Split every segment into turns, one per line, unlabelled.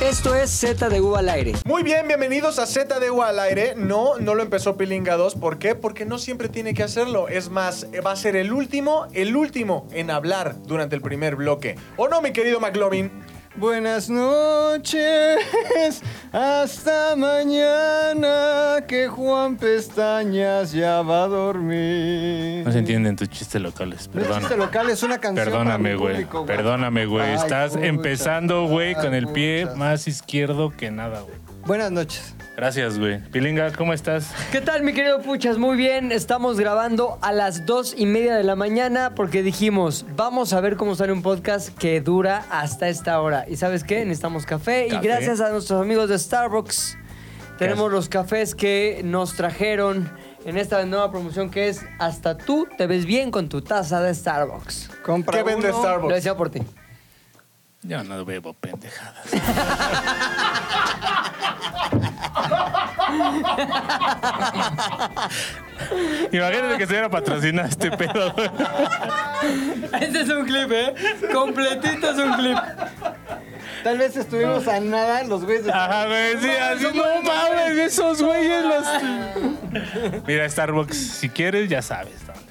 Esto es Z de U al aire.
Muy bien, bienvenidos a Z de U al aire. No, no lo empezó Pilinga 2. ¿Por qué? Porque no siempre tiene que hacerlo. Es más, eh, va a ser el último, el último en hablar durante el primer bloque. ¿O no, mi querido McLovin?
Buenas noches, hasta mañana que Juan Pestañas ya va a dormir.
No se entienden tus chistes locales,
No es
perdona.
chiste local, es una canción. para
Perdóname,
mi
güey.
público,
Perdóname, güey.
Ay,
Estás
pucha,
empezando, güey, con el pie
pucha.
más izquierdo que nada, güey.
Buenas noches.
Gracias, güey. Pilinga, ¿cómo estás?
¿Qué tal, mi querido Puchas? Muy bien, estamos grabando a las dos y media de la mañana porque dijimos, vamos a ver cómo sale un podcast que dura hasta esta hora. ¿Y sabes qué? Necesitamos café, y
Café.
gracias a nuestros amigos de Starbucks tenemos
Gracias.
los cafés que nos trajeron en esta nueva promoción que es Hasta tú te ves bien con tu taza de Starbucks.
Compra
¿Qué vende
uno.
Starbucks?
Lo decía por ti.
Yo no bebo pendejadas. Imagínate que estuviera patrocinado este pedo, güey.
Este es un clip, ¿eh? Completito es un clip.
Tal vez estuvimos a nada los güeyes de
Ajá, güey, sí, así, no mames, esos güeyes los... Mira, Starbucks, si quieres, ya sabes dónde.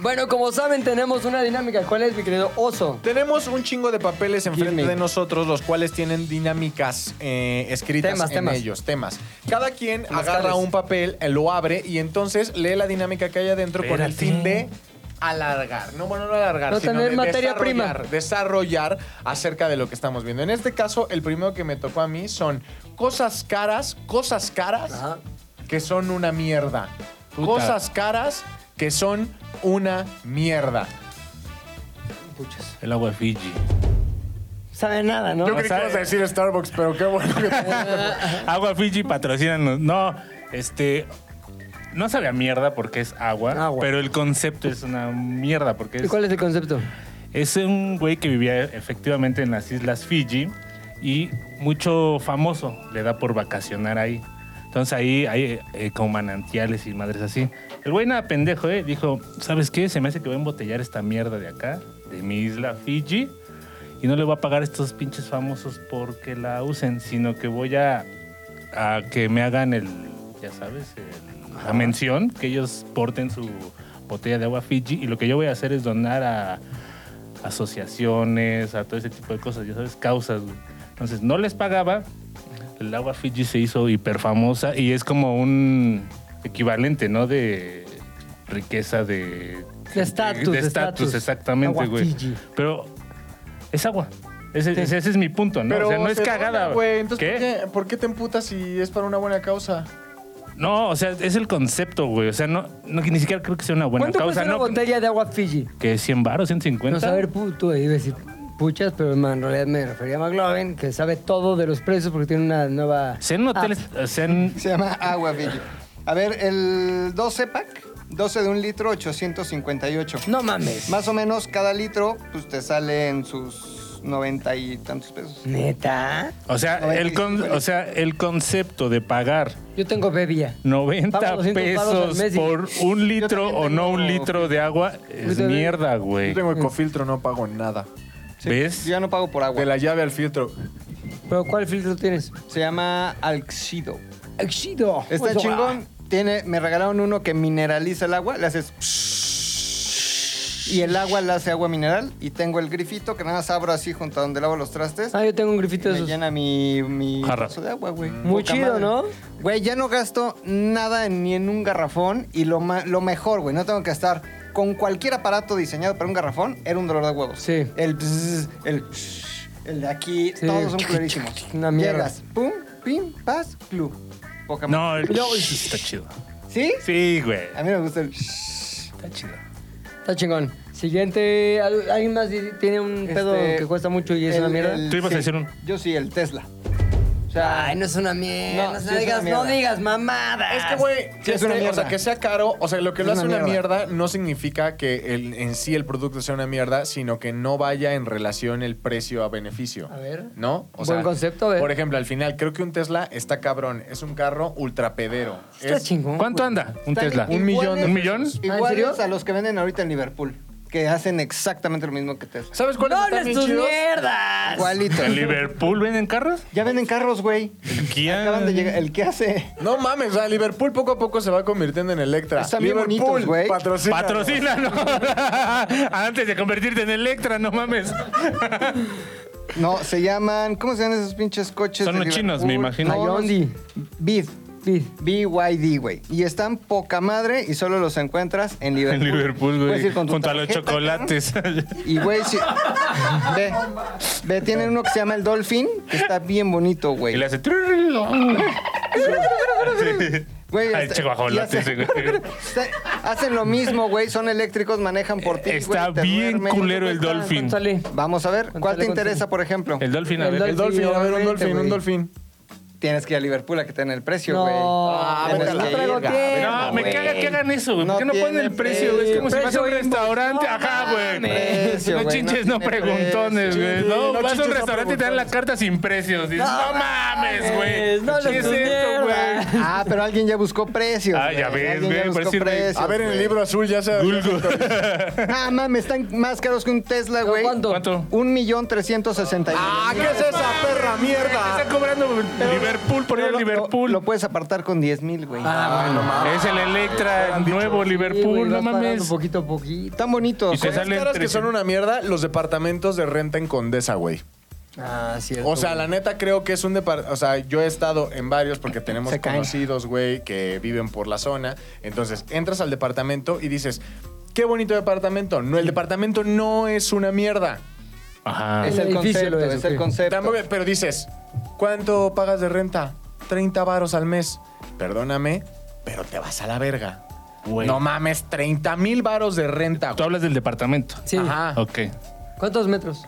Bueno, como saben, tenemos una dinámica. ¿Cuál es, mi querido oso?
Tenemos un chingo de papeles enfrente
Gimme.
de nosotros, los cuales tienen dinámicas eh, escritas
Temas,
en
temas.
ellos, temas. Cada quien
Mascares.
agarra un papel, eh, lo abre y entonces lee la dinámica que hay adentro con el
Espérate.
fin de alargar. No, bueno, no alargar,
No
sino
tener
de
materia prima.
desarrollar, desarrollar acerca de lo que estamos viendo. En este caso, el primero que me tocó a mí son cosas caras, cosas caras
Ajá.
que son una mierda.
Puta.
Cosas caras que son una mierda.
El agua Fiji.
Sabe nada, ¿no?
Yo creí que
sea,
ibas a decir Starbucks, pero qué bueno que te
Agua Fiji, patrocínanos. No, este... No sabe a mierda porque es agua,
Agua.
pero el concepto es una mierda porque
¿Y
es...
cuál es el concepto?
Es un güey que vivía efectivamente en las islas Fiji y mucho famoso le da por vacacionar ahí. Entonces ahí hay eh, como manantiales y madres así. El güey nada pendejo, ¿eh? Dijo, ¿sabes qué? Se me hace que voy a embotellar esta mierda de acá, de mi isla Fiji, y no le voy a pagar a estos pinches famosos porque la usen, sino que voy a, a que me hagan el, ya sabes, el- la mención, que ellos porten su botella de agua Fiji, y lo que yo voy a hacer es donar a asociaciones, a todo ese tipo de cosas, ya sabes, causas. güey. Entonces, no les pagaba. El agua Fiji se hizo hiper famosa y es como un equivalente, ¿no? De riqueza de.
De estatus,
de
de
estatus,
estatus.
exactamente,
Agua
güey.
Fiji.
Pero es agua. Ese, ese- ese es mi punto, ¿no? o sea, no es
se
cagada,
dona, güey. Entonces,
¿Qué?
¿por qué, por qué te emputas si es para una buena causa?
No, o sea, es el concepto, güey. O sea, no, no ni siquiera creo que sea una buena
¿Cuánto
causa.
cuesta una
No,
botella de agua Fiji?
que 100 baros, 150.
No saber puto, iba a decir puchas, pero man, en realidad me refería a McLovin, que sabe todo de los precios porque tiene una nueva...
Sea en hoteles, o sea, en-
Se llama Agua Villa. A ver, el 12 pack, 12 de un litro, 858.
No mames.
Más o menos cada litro, pues te salen sus 90 y tantos pesos.
¿Neta?
O sea, el con- o sea, el concepto de pagar
Yo tengo bebía.
90
Pago 200 varos al
pesos
mes y-
por un litro
también
o no un
tengo-
litro de agua es
también-
mierda,
Yo
güey.
tengo ecofiltro, no pago nada.
¿Ves?
Yo ya no pago por agua.
De la llave al filtro.
¿Pero cuál filtro tienes?
Se llama Alxido.
¡Exido!
Está chingón. Tiene, me regalaron uno que mineraliza el agua, le haces... Y el agua le hace agua mineral. Y tengo el grifito que nada más abro así junto a donde lavo los trastes.
Ah, yo tengo un grifito de
me
esos.
llena mi, mi
Jarra.
vaso de agua, güey.
Muy
Poca
chido,
madre.
¿no?
Güey, ya no gasto nada en- ni en un garrafón. Y lo, ma- lo mejor, güey, no tengo que estar con cualquier aparato diseñado para un garrafón. Era un dolor de huevos.
Sí.
El bzzz, el shh, el de aquí,
Sí.
todos son clarísimos.
Una mierda.
Llegas, pum, pim, pas, clu. Poca madre.
No, el
Yo-
está chido.
¿Sí?
Sí, güey.
A mí me gusta el
Este,
shh.
Está chido.
Está chingón. Siguiente, ¿al- ¿alguien más di- tiene un
Este,
pedo que cuesta mucho y es
el-
una mierda?
el-
Tú ibas a
sí.
decir un-
Yo sí, el Tesla. O sea,
Ay, no es una mierda.
No,
No,
sí es una
digas,
mierda.
no digas mamadas.
Es que, güey,
Sí, es
este,
una
o
mierda.
sea, que sea caro, o sea, lo que
Es
lo hace
una
una mierda no significa que el- en sí el producto sea una mierda, sino que no vaya en relación el precio a beneficio.
A ver.
¿No?
Buen concepto, a ver.
Por ejemplo, al final, creo que un Tesla está cabrón. Es un carro ultrapedero.
Está
Es-
chingón.
¿Cuánto
güey.
anda un
Están
Tesla?
iguales.
¿Un millón?
¿Ah, en serio?
iguales
a los que venden ahorita en Liverpool. que hacen exactamente lo mismo que Tesla.
¿Sabes cuáles
¡No
están
hables
bien
tus
chidos?
mierdas!
Igualito.
¿En Liverpool venden carros?
Ya venden carros, güey.
El Kia.
Acaban de llegar. El que hace.
No mames, o sea, Liverpool poco a poco se va convirtiendo en Electra.
Están bien
Liverpool,
bonitos, güey.
patrocina.
Patrocina, ¿no? Antes de convertirte en Electra, no mames.
No, se llaman. ¿Cómo se llaman esos pinches coches?
Son
de
los chinos, me
Liverpool?
imagino.
No, los-
Hyundai.
Bid.
Sí.
BYD, güey. Y están poca madre y solo los encuentras en
En
Liverpool.
Liverpool,
Puedes
güey.
ir con tu
Junto a los
tarjeta,
chocolates.
Y güey, si... ve, ve, tienen uno que se llama el Dolphin, que está bien bonito,
y
güey.
le hace.
Güey,
Ay,
hasta-
che, guajolote
y hace-
ese, güey.
Está- Hacen lo mismo, güey, son eléctricos, manejan por ti. güey,
Está
te
bien
duermen.
culero el
Ah,
Dolphin.
cuéntale.
Vamos a ver, ¿cuál
Cuéntale,
te interesa, por ejemplo?
El Dolphin, a
El
ver.
El Dolphin, a ver, un
Obviamente,
Dolphin, un
güey.
Dolphin.
Tienes que ir a Liverpool a que te den el precio, güey.
Ah, No,
Tienes
vete a la
que ir,
verga,
güey.
vete.
No, me
güey.
caga que hagan eso, güey.
No
¿Por qué no ponen
tiene
el precio, güey? Es
precio.
como si vas a un
Precio inbox.
restaurante.
No
Ajá, güey.
mames.
no
Precio,
chinches,
güey, no
no
tiene
preguntones,
precio.
güey.
Sí,
No,
no
vas a
chinches,
un
no
restaurante y te dan la
preguntones.
carta sin precios. Dices,
No
no mames, güey.
no
¿Qué
hables
es
tus
esto,
mierdas.
güey?
Ah, pero alguien ya buscó precios.
Ah, ya
güey.
ves,
Alguien
güey, por
buscó
decir, güey.
precios,
A ver, en el
güey.
libro azul ya se...
Ah, mames, están más caros que un Tesla, güey.
¿Cuánto?
¿Cuánto?
Un millón trescientos sesenta y nueve
¡Ah,
mil.
qué es esa perra
Está
mierda!
cobrando Liverpool por
Pero
el
lo-
Liverpool.
Lo, lo puedes apartar con diez mil, güey.
Ah, bueno, mames.
es el Electra, el nuevo
Sí,
Liverpool,
güey,
no
vas parando
mames.
Poquito a poquito.
Están bonitos. ¿eh?
Y te
güey.
sale-
Las caras que son una mierda, los departamentos de renta en Condesa, güey.
Ah, cierto.
O sea, la neta creo que es un departamento. O sea, yo he estado en varios porque tenemos
Se caen.
conocidos, güey, que viven por la zona. Entonces, entras al departamento y dices, qué bonito departamento. No, el departamento no es una mierda.
Ajá.
Es
El
el
edificio
concepto,
lo es,
es el
ok.
concepto.
Tampoco- pero dices, ¿cuánto pagas de renta? 30 varos al mes. Perdóname, pero te vas a la verga.
Güey.
No mames, 30 mil varos de renta.
Tú
güey.
hablas del departamento.
Sí.
Ajá.
Ok.
¿Cuántos metros?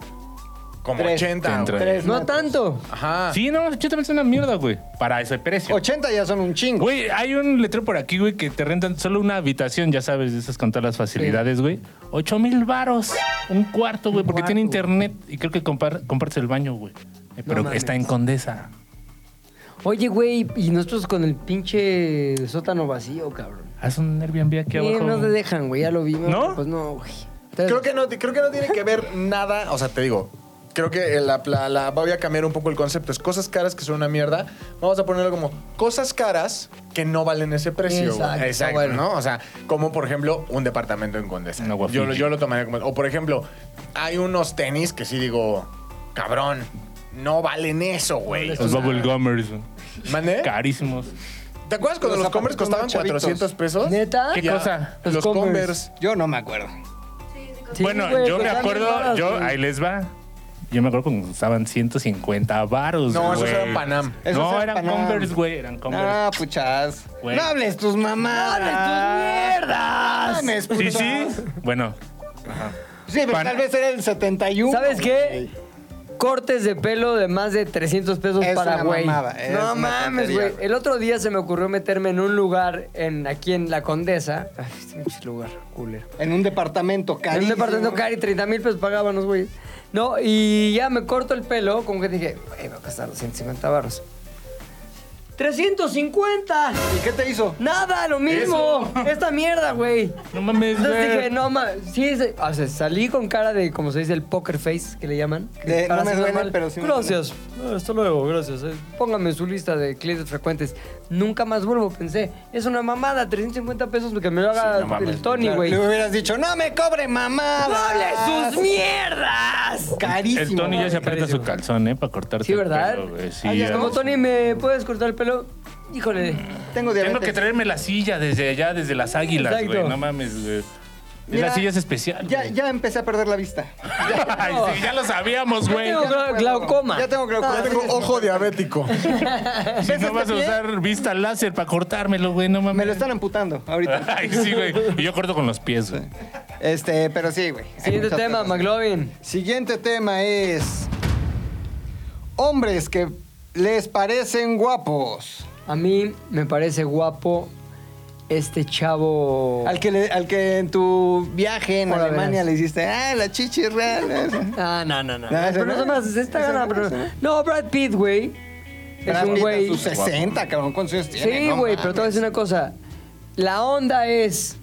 Como
Tres.
80.
Te entra.
güey.
Tres
No
metros.
tanto.
Ajá.
Sí, no, yo también soy una mierda, güey. Para ese precio.
80 ya son un chingo.
Güey, hay un letrero por aquí, güey, que te rentan solo una habitación, ya sabes, de esas con todas las facilidades, güey. Ocho mil varos. Un cuarto, güey, porque tiene internet y creo que compar- compartes el baño, güey. Eh, Pero
mames.
está en Condesa.
Oye, güey, y nosotros con el pinche sótano vacío, cabrón.
Haz un Airbnb aquí
Eh,
abajo.
no te dejan, güey, ya lo vimos.
¿No?
Pues no, güey.
Creo que no, creo que no tiene que ver nada. O sea, te digo. Creo que la, la- la- voy a cambiar un poco el concepto. Es cosas caras que son una mierda. Vamos a ponerlo como cosas caras que no valen ese precio. güey.
Exacto,
Exacto,
bueno.
¿no? O sea, como por ejemplo un departamento en Condesa.
Una guafilla.
Yo, lo- yo lo tomaría como... O por ejemplo, hay unos tenis que sí digo, cabrón, no valen eso, güey.
Los Bubble Gummers, güey.
¿Eh?
¿Mande?
Carísimos.
¿Te acuerdas cuando
Los
los, Converse
zapatos
costaban
más chavitos.
400 pesos?
¿Neta?
¿Qué
Ya,
cosa?
Los
Los,
Converse.
Converse.
Yo no me acuerdo.
Sí,
bueno,
güey,
yo me
pues, también
acuerdo,
varas,
yo,
güey.
ahí les va. Yo me acuerdo cuando estaban 150 varos,
No, esos
güey.
eran Panam.
Esos
no,
eran
eran
Panam.
Converse, güey, eran Converse.
Ah, puchas.
Güey.
No hables tus mamadas.
¡Ah, tus mierdas!
Mames,
sí,
puchas.
sí. Bueno,
Sí, pero
Pan-
tal vez era el 71.
¿Sabes qué? Cortes de pelo de más de 300 pesos
Es
para
una
güey.
mamada, es
No
una
mames,
tontería,
güey. El otro día se me ocurrió meterme en un lugar en, aquí en La Condesa. Ay, este pinche lugar, culero.
En un departamento
En
carísimo.
un departamento cari, 30 mil pesos pagábamos, güey. No, y ya me corto el pelo, como que dije, güey, me va a costar 250 barros. ¡350!
¿Y qué te hizo?
Nada, lo mismo. Esta mierda, güey.
no mames,
Entonces dije,
güey.
no mames, sí, sí. o sea, salí con cara de, como se dice, el poker face que le llaman.
De,
Cara
no me
así
duele,
normal.
pero sí me
Gracias. Ah, Hasta luego, gracias. eh. Póngame su lista de clientes frecuentes. Nunca más vuelvo, pensé. Es una mamada, 350 pesos que me lo haga
Sí, no mames.
el Tony,
Claro,
güey.
Le hubieras dicho, no me cobre mamá.
¡Doble sus mierdas!
Carísimo.
El Tony ya se aprieta
Carísimo.
su calzón, ¿eh? Para cortarte
Sí, ¿verdad?
el pelo, güey. Sí,
Ah, ya,
ya.
como Tony, ¿me puedes cortar el pelo?
Mm,
Híjole.
Tengo diabetes.
Tengo que traerme la silla desde allá, desde las águilas,
Exacto.
güey. No mames, güey.
Mira,
la silla es especial.
Ya,
güey.
ya empecé a perder la vista.
Ay, sí, ya lo sabíamos,
Ya
güey.
tengo
no
gla-
puedo.
glaucoma. Ah,
Ya tengo oh, glaucoma.
Ya tengo ojo diabético.
Si
¿Ves
no
este
vas a
pie?
usar vista láser para cortármelo, güey. No mames.
Me lo están amputando ahorita.
Ay, sí, güey. Y yo corto con los pies, güey.
Este, pero sí, güey. hay
Siguiente
muchas
tema,
cosas.
McLovin.
Siguiente tema es. Hombres que les parecen guapos.
A mí me parece guapo este chavo.
Al que, le- al que en tu viaje en
Hola,
Alemania
verás.
le hiciste, ah, la chichi es real.
Ah, no, no, no.
No, ese
pero
no.
no, más, esta
Ese
gana,
no,
pero-
ese no.
No, Brad Pitt, güey. Es
Brad
un
Pitt a
güey.
sus 60, cabrón, ¿cuántos años tiene?
Sí,
No
güey,
mames.
pero te voy a decir una cosa. La onda es.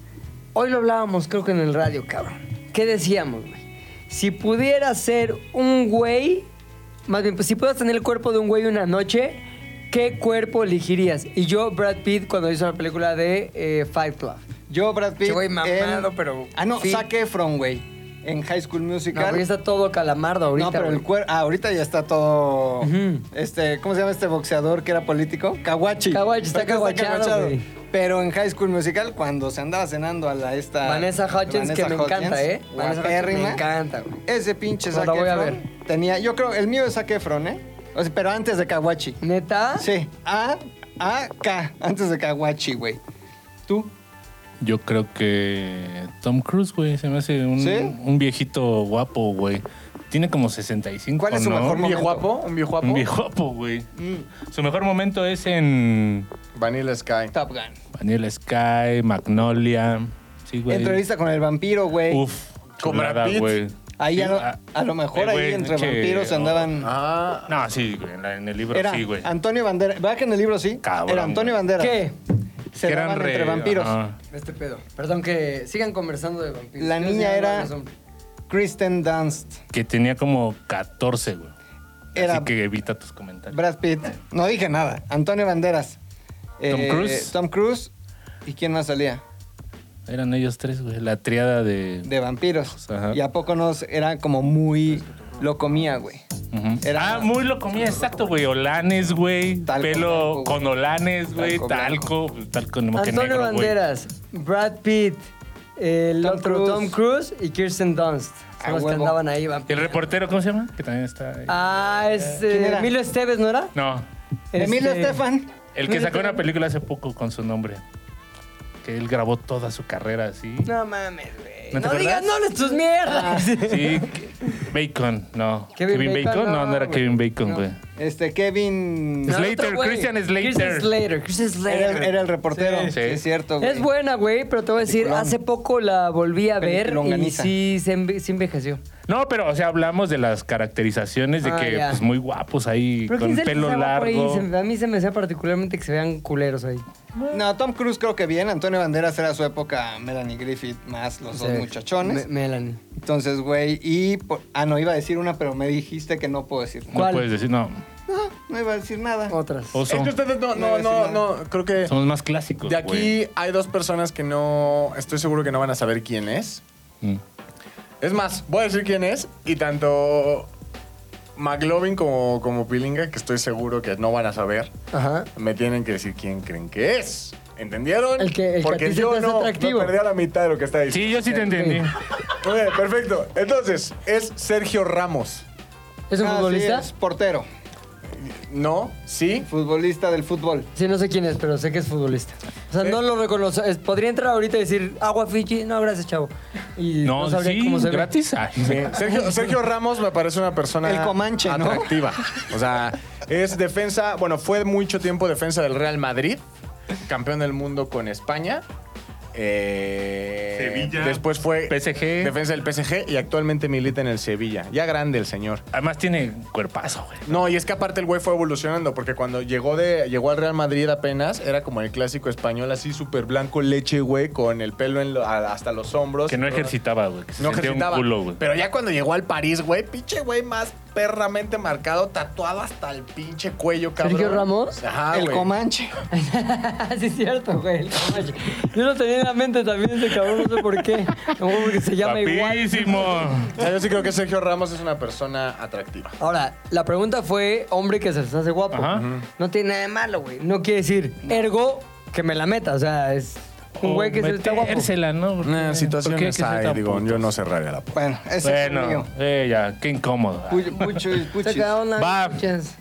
Hoy lo hablábamos, creo que en el radio, cabrón. ¿qué decíamos, güey? Si pudieras ser un güey, más bien, pues si pudieras tener el cuerpo de un güey una noche, ¿qué cuerpo elegirías? Y yo, Brad Pitt, cuando hizo la película de eh, Fight Club.
Yo, Brad Pitt.
Ese güey mamado,
en-
pero
Ah, no,
fit.
Zac Efron, güey. En High School
No,
Musical.
porque está todo calamardo ahorita,
No, pero
güey.
el cuerpo. Ah, ahorita ya está todo.
Ujú.
Este, ¿cómo se llama este boxeador que era político? Kawachi.
Kawachi, está
Ahorita
kawachiado, güey.
Pero en High School Musical, cuando se andaba cenando a la esta.
Vanessa Hudgens, que me
Vanessa
encanta,
Hudgens,
¿eh? Vanessa Hudgens,
guapérrima,
me encanta, güey.
Ese pinche
Pues
Zac
la voy a
Efron Tenía, yo creo, el mío es Zac Efron, ¿eh? O sea, pero antes de Kawachi.
¿Neta?
Sí, A, A, K, antes de Kawachi, güey. ¿Tú?
Yo creo que Tom Cruise, güey, se me hace un,
¿Sí?
un viejito guapo, güey. Tiene como 65,
¿Cuál es su
¿no?
mejor Mm.
¿Un viejo
momento.
guapo? ¿Un viejo
Un
guapo?
viejo guapo, güey. Su mejor momento es en
Vanilla Sky.
Top Gun.
Vanilla Sky, Magnolia. Sí, güey.
Entrevista con el vampiro, güey.
Uf.
Con
chulada,
Brad Pitt.
güey.
Ahí
Sí,
a, lo,
ah,
a lo mejor
eh,
ahí
güey,
entre
che,
vampiros
oh.
andaban.
Ah,
No, sí, güey. en la- En el libro
Era
sí, güey.
Antonio Banderas. ¿Verdad que en el libro sí?
Cabrón,
Era Antonio
güey.
Banderas.
¿Qué?
Se
Que
daban
re-
entre vampiros.
ajá.
Este pedo. Perdón que sigan conversando de vampiros.
La
Yo
niña
sí,
era-
no, no, no.
Kristen Dunst.
Que tenía como 14, güey.
Era
Así que evita tus comentarios.
Brad Pitt. No dije nada. Antonio Banderas. Eh,
Tom Cruise.
Tom Cruise. ¿Y quién más salía?
Eran ellos tres, güey. La triada de.
De vampiros.
Pues, Ajá.
Y a poco nos era como muy. Lo comía, güey.
Ujú.
Era-
Ah, muy lo comía, exacto, güey. Olanes, güey.
Talco
Pelo
blanco, güey.
con olanes, güey.
Talco
Talco. pues, Talco, no que
Antonio
negro, güey.
Banderas, Brad Pitt, el
Tom
otro
Cruise.
Tom Cruise y Kirsten Dunst.
A
Son los que
huevo.
andaban ahí, va.
El reportero, ¿cómo se llama? Que también está ahí.
Ah, es
¿Quién
eh,
era?
Emilio Esteves, ¿no era?
No.
Emilio
Este-
Estefan.
El que
Mira,
sacó
pero-
una película hace poco con su nombre. Que él grabó toda su carrera así.
No mames, güey.
¿No te
No, digas
acuerdas?
no tus
Ah.
mierdas.
Sí. que- Bacon, no.
Kevin
Kevin,
Bacon,
Bacon, no, no era
no,
Kevin
güey.
Bacon,
No.
güey.
Este,
No,
Kevin.
Slater,
otro güey.
Christian Slater.
Christian Slater, Christian
Era,
Slater.
el- era el reportero. Sí,
Sí.
es cierto, güey.
es buena, güey, pero te voy a decir,
Peliculón.
hace poco la volví a ver y
Peliculonganiza.
sí se, enve- sí envejeció.
No, pero, o sea, hablamos de las caracterizaciones de
Ah,
que,
ya.
pues, muy guapos ahí,
Pero
con
¿quién se les
pelo
hace guapo ahí?
largo.
Se- a mí se me hacía particularmente que se vean culeros ahí.
No, Tom Cruise creo que bien. Antonio Banderas era su época, Melanie Griffith más los dos
Sí.
muchachones.
Me- Melanie.
Entonces, güey, y... por- Ah, no, iba a decir una, pero me dijiste que no puedo decir nada.
No
¿Cuál?
puedes decir, no.
No, no iba a decir nada.
Otras.
Oso.
es que ustedes no, no, no, no, creo que...
Somos más clásicos.
De aquí hay dos personas que no... Estoy seguro que no van a saber quién es.
güey. Mm.
Es más, voy a decir quién es y tanto McLovin como, como Pilinga, que estoy seguro que no van a saber,
Ajá.
me tienen que decir quién creen que es. ¿Entendieron?
El que- el que
Porque
a ti se te
yo
hace
no,
atractivo.
no perdí a la mitad de lo que está
Sí,
diciendo.
yo sí te entendí.
Muy bien, perfecto. Entonces, es Sergio Ramos.
¿Es un
Ah, sí,
futbolista?
es portero.
¿No? ¿Sí?
Futbolista del fútbol.
Sí, no sé quién es, pero sé que es futbolista. O sea,
Sí.
no lo reconozco. Es- Podría entrar ahorita y decir, agua Fiji. No, gracias, chavo. Y no,
No,
sabría
sí,
cómo se ve.
gratis. Ay,
Sergio, Sergio Ramos me parece una persona
El Comanche, ¿no?
atractiva. O sea, es defensa, bueno, fue mucho tiempo defensa del Real Madrid, campeón del mundo con España. Eh,
Sevilla.
Después fue
PSG.
defensa del PSG y actualmente milita en el Sevilla. Ya grande el señor.
Además tiene cuerpazo, güey.
No, y es que aparte el güey fue evolucionando, porque cuando llegó de llegó al Real Madrid apenas, era como el clásico español, así súper blanco leche, güey, con el pelo en lo- a- hasta los hombros.
Que no
ejercitaba
ejercitaba, güey. Que se
no
sentía
ejercitaba.
un culo, güey.
Pero ya cuando llegó al París, güey, pinche güey más perramente marcado, tatuado hasta el pinche cuello, cabrón.
¿Sergio Ramos?
Ajá, Ah,
el
güey.
Comanche.
Ah, sí, es cierto, güey. el Camacho. Yo lo tenía en la mente también ese cabrón, no sé por qué. A lo mejor Porque se llama igual.
Guapísimo.
O sea, yo sí creo que Sergio Ramos es una persona atractiva.
Ahora, la pregunta fue, hombre que se les hace guapo.
Ajá.
No tiene nada de malo, güey. No quiere decir, ergo, que me la meta. O sea, es un güey que se está guapo.
Metérsela, ¿no? Porque- ¿por qué hay que ser tan putos?
cerraría la puerta.
Bueno, ese es el mío.
Bueno, eh, ya, qué incómodo.
Puch- puchis, puchis.
Saca una,
Va.
muchas.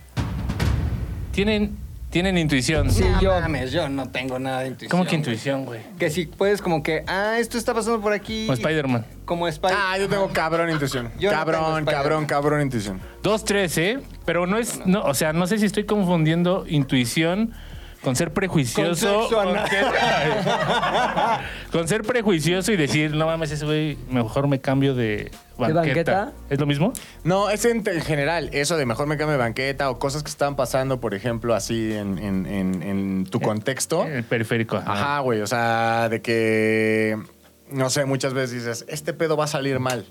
Tienen, tienen intuición.
Sí,
No
yo.
mames,
yo no tengo nada de intuición.
¿Cómo que intuición, güey?
Que si puedes como que, ah, esto está pasando por aquí.
O Spider-Man.
Como Spider-Man.
Ah, yo tengo cabrón intuición.
Yo no tengo
cabrón,
Spider-Man.
cabrón, cabrón intuición.
Dos, tres, ¿eh? Pero no es, no, o sea, no sé si estoy confundiendo intuición con ser prejuicioso.
Con sexo anal.
ser, con ser prejuicioso y decir, no mames, ese güey, mejor me cambio de banqueta.
banqueta?
¿Es lo mismo?
No, es en, en general, eso de mejor me cambio de banqueta o cosas que están pasando, por ejemplo, así en, en-
Eh,
en- en tu contexto.
El periférico. ajá.
Ajá, güey, o sea, de que no sé, muchas veces dices, este pedo va a salir mal.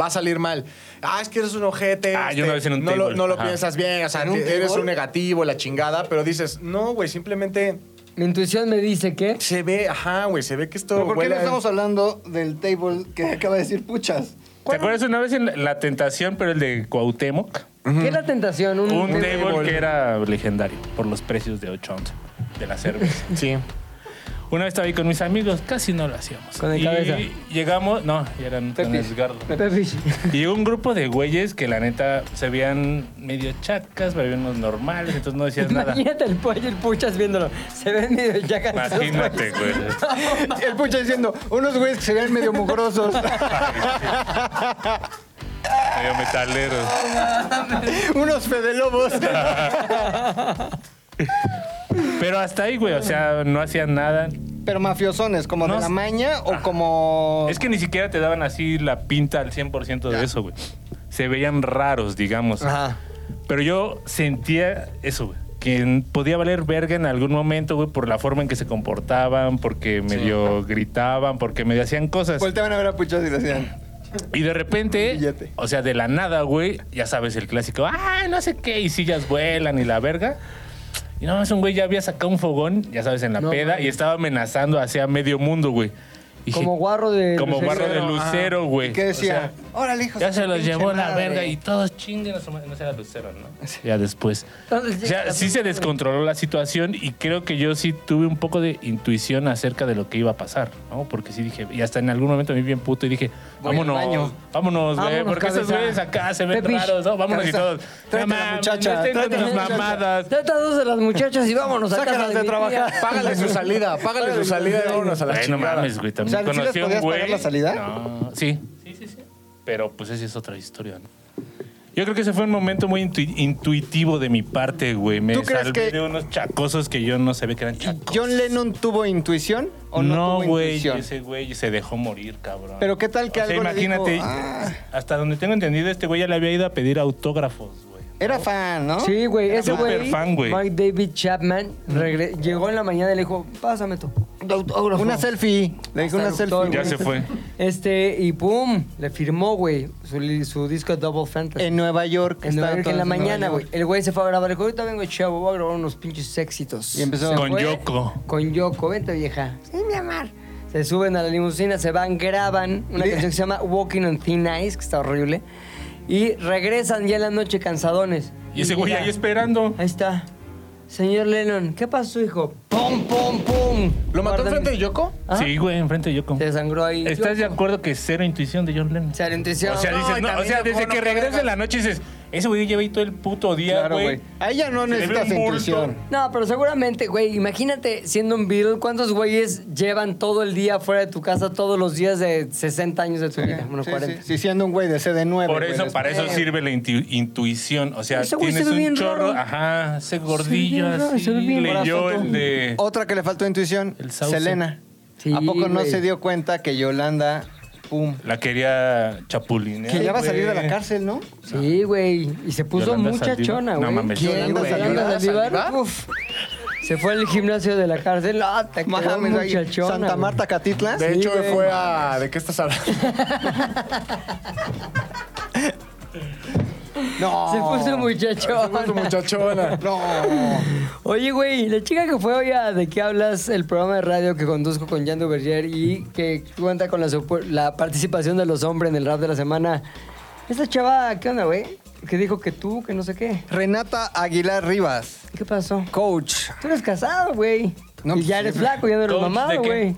Va a salir mal. Ah, es que eres un ojete.
Ah,
este,
yo una vez en un
no lo,
table.
no lo
Ajá.
piensas bien, o sea,
¿En un
eres
table?
un negativo, la chingada, pero dices, no, güey, simplemente
Mi intuición me dice que.
se ve, ajá, güey, se ve que esto.
Pero ¿por qué
huele
no
a-
estamos hablando del table que acaba de decir puchas?
¿Te acuerdas una vez en La- La Tentación, pero el de Cuauhtémoc?
¿Qué es la tentación? Un,
Un
un-
table que era legendario por los precios de 8 onzas de la cerveza.
Sí.
Una vez estaba ahí con mis amigos, casi no lo hacíamos.
Con el
Y
cabeza.
Llegamos, no, ya eran con
Pepe.
Edgardo.
Pepe Fish.
Y llegó un grupo de güeyes que la neta se veían medio chacas, pero habían unos normales, entonces no decías nada.
Imagínate el pollo y el puchas viéndolo. Se ven medio yacas.
Imagínate, güey.
El pucha diciendo, unos güeyes que se ven medio mugrosos.
Medio metaleros.
unos fedelobos.
Pero hasta ahí, güey, o sea, no hacían nada.
Pero mafiosones, como
No
de la
sé.
maña o como...
Es que ni siquiera te daban así la pinta al 100% de eso, güey. Se veían raros, digamos.
Ajá.
Pero yo sentía eso, güey. Que podía valer verga en algún momento, güey, por la forma en que se comportaban, porque medio gritaban, porque medio hacían cosas.
Volteaban a ver a puchas y le decían,
y de repente,
Billete.
o sea, de la nada, güey, ya sabes el clásico, ah, no sé qué, y sillas vuelan y la verga. Y no, es un güey ya había sacado un fogón, ya sabes, en la
No,
peda,
mames.
y estaba amenazando hacia medio mundo, güey. Y dije,
Como guarro de.
como barro de
Lucero,
lucero, güey.
¿qué
O
decía?
sea,
Órale, hijos.
ya
de
se los
pinche
llevó la
madre".
verga y todos chinguen a su madre. No será Lucero, ¿no? Ya después.
Entonces,
O sea, sí se descontroló la situación y creo que yo sí tuve un poco de intuición acerca de lo que iba a pasar, ¿no? Porque sí dije, y hasta en algún momento me vi bien puto y dije,
Voy al
vámonos,
baño.
vámonos, güey,
Vámonos,
porque estos
cabeza.
güeyes acá se ven
Pepish.
raros, ¿no? Vámonos
Cabeza.
y todos.
Tráete a la
"Mamá,
muchacha,
no estén con
tráete a la
sus
muchacha".
mamadas.
Trata dos de las muchachas y vámonos a casa
Sácalas de
mi
trabajar.
tía.
Págale su salida, págale su salida y vámonos a la
Ay, no
chingada.
mames, güey, también
O sea, ¿sí
conocí
les
a un
podías
güey.
pagar la salida?
No, sí. Sí, sí, sí. Pero pues esa es otra historia, ¿no? Yo creo que ese fue un momento muy intu- intuitivo de mi parte, güey. Me
¿Tú crees
salvé
que-
de unos chacosos que yo no sabía que eran chacos.
¿John Lennon tuvo intuición o no,
no,
tuvo
güey,
intuición?
ese güey se dejó morir, cabrón.
Pero ¿qué tal que
O sea,
algo le
imagínate,
dijo, "Ah"?
hasta donde tengo entendido, este güey ya le había ido a pedir autógrafos, güey.
Era fan, ¿no?
Sí, güey,
Oh. Era
ese
súper
güey,
fan, güey.
Mark David Chapman, regre- llegó en la mañana y le dijo, pásame tú.
Una selfie. Le dije
Hasta
una
el doctor,
selfie.
Ya se fue.
Este, y pum, le firmó, güey, su, li- su disco Double Fantasy.
En Nueva York.
En, Nueva
estaba
York, en
todo
la
en Nueva
mañana,
York.
güey. El güey se fue a grabar, le dijo, ahorita vengo chavo, voy a grabar unos pinches éxitos.
Y empezó-
Se
Con
fue
Yoko.
Con Yoko, vente vieja. Sí, mi amor. Se suben a la limusina, se van, graban una canción que se llama Walking on Thin Ice, que está horrible. Y regresan ya en la noche cansadones.
Y ese güey
llega-
ahí esperando.
Ahí está. Señor Lennon, ¿qué pasó, hijo? ¡Pum, pum, pum!
¿Lo mató
Guardan-
enfrente de Yoko?
Ajá.
Sí, güey, enfrente de Yoko.
¿Ah? Se sangró ahí.
¿Estás de acuerdo que cero intuición de John Lennon?
O sea, la intuición-
O sea,
No,
dices,
y
no, o
también
sea
yo
desde
como
que
no
regresa
vergas.
en la noche dices, ese güey lleva ahí todo el puto día,
Claro,
güey.
güey. Ahí ya no
Se le ve
necesitas
un bulto.
intuición.
No, pero seguramente, güey, imagínate siendo un Beatle, ¿cuántos güeyes llevan todo el día fuera de tu casa todos los días de 60 años de tu vida? Bueno,
Sí,
40.
sí, sí, siendo un güey de CD9.
Por
güey,
eso,
después.
para eso sirve la intu- intuición. O sea,
Ese güey
tienes
se ve bien
un chorro,
raro.
ajá, ese
bien
gordillo
raro,
así,
se ve bien Oh.
leyó
brazote.
el de...
Otra que le faltó intuición,
El sauce.
Selena.
Sí,
¿A poco no
güey.
se dio cuenta que Yolanda, pum,
La quería chapulinear,
que ya va a
güey.
salir de la cárcel, ¿no?
Sí, güey. Y se puso
Yolanda
mucha
Saldívar.
chona,
No
güey.
mames,
Sí,
Yolanda
güey,
Saldívar.
Yolanda
Saldívar.
uf. Se fue al gimnasio de la cárcel. Ah, te quedó
Mames, ahí,
mucha chona,
Santa
güey.
Marta, Catitla.
De
Sí,
hecho,
güey.
fue a. ¿De qué estás hablando?
No.
Se
Oh.
puso mucha chona.
Tu muchachona.
No.
Oye, güey, la chica que fue hoy a De qué hablas, el programa de radio que conduzco con Yandu Berger y que cuenta con la, sopo- la participación de los hombres en el rap de la semana. Esa chava, ¿qué onda, güey? Que dijo que tú, que no sé qué.
Renata Aguilar Rivas,
¿Qué pasó?
coach.
Tú eres casado, güey.
No,
y ya
pues,
eres
sí.
flaco, ya no eres
¿Coach de
mamado,
qué?
güey.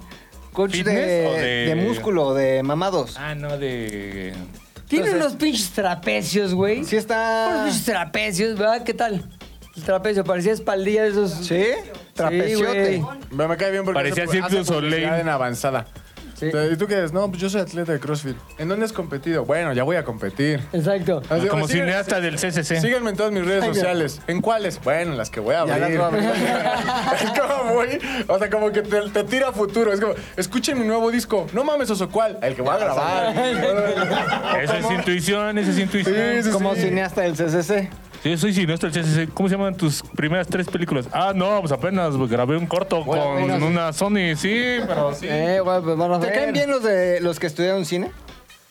Coach de,
¿Fitness o de-
de músculo, de mamados.
Ah, no, de...
Tiene
Entonces-
unos pinches trapecios, güey.
Sí
Unos
está...
pinches trapecios, ¿verdad? ¿Qué tal? El trapecio, parecía espaldilla de esos.
¿Sí? Trapeciote.
güey.
Me, me cae bien porque
Parecía
hace-
Cirque
hace
du Soleil.
publicidad en avanzada.
Sí.
Entonces, ¿Y tú qué eres? No, pues yo soy atleta de CrossFit. ¿En dónde has competido? Bueno, ya voy a competir.
Exacto.
Así-
Ah, Como
sigue-
cineasta del CCC.
Síganme en todas mis redes sociales. ¿En cuáles? Bueno, en las que voy a
Ya
abrir.
las voy
como muy, o sea, como que te, te tira a futuro. Es como, escuchen mi nuevo disco. No mames, oso, ¿cuál? El que voy a grabar.
Eso es intuición, eso es intuición.
Sí, sí,
Como
sí.
cineasta del CCC.
Yo soy siniestro. el chef dice, ¿Cómo se llaman tus primeras tres películas? Ah, no, pues apenas grabé un corto
Bueno,
con
apenas.
una Sony, sí, pero sí.
Eh, güey, pues van a
¿Te
ver.
caen bien los de los que estudiaron cine?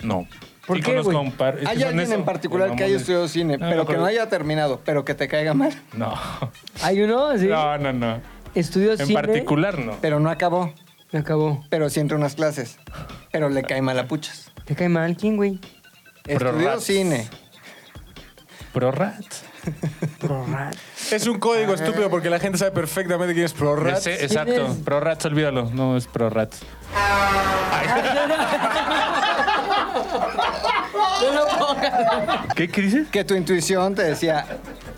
No.
¿Por
Sí
qué,
conozco
güey?
un par- es que
Hay
Este, son
alguien
eso,
en particular
los
que haya
mamones.
estudiado cine,
No,
pero
no,
que no haya terminado, pero que te caiga mal,
No.
Hay uno, así.
No, no, no.
Estudió
En
cine.
particular, no.
pero no acabó,
Me acabó.
pero sí entra a unas clases, pero le cae mal a puchas.
¿Te cae mal quién, güey?
Pero
Estudió
rats.
cine.
Pro Rat.
Prorrat.
Es un código estúpido porque la gente sabe perfectamente quién es ProRat.
Ese- exacto.
es?
Pro Rats, olvídalo. No es Pro Rats. ¿Qué, ¿Qué dices?
Que tu intuición te decía,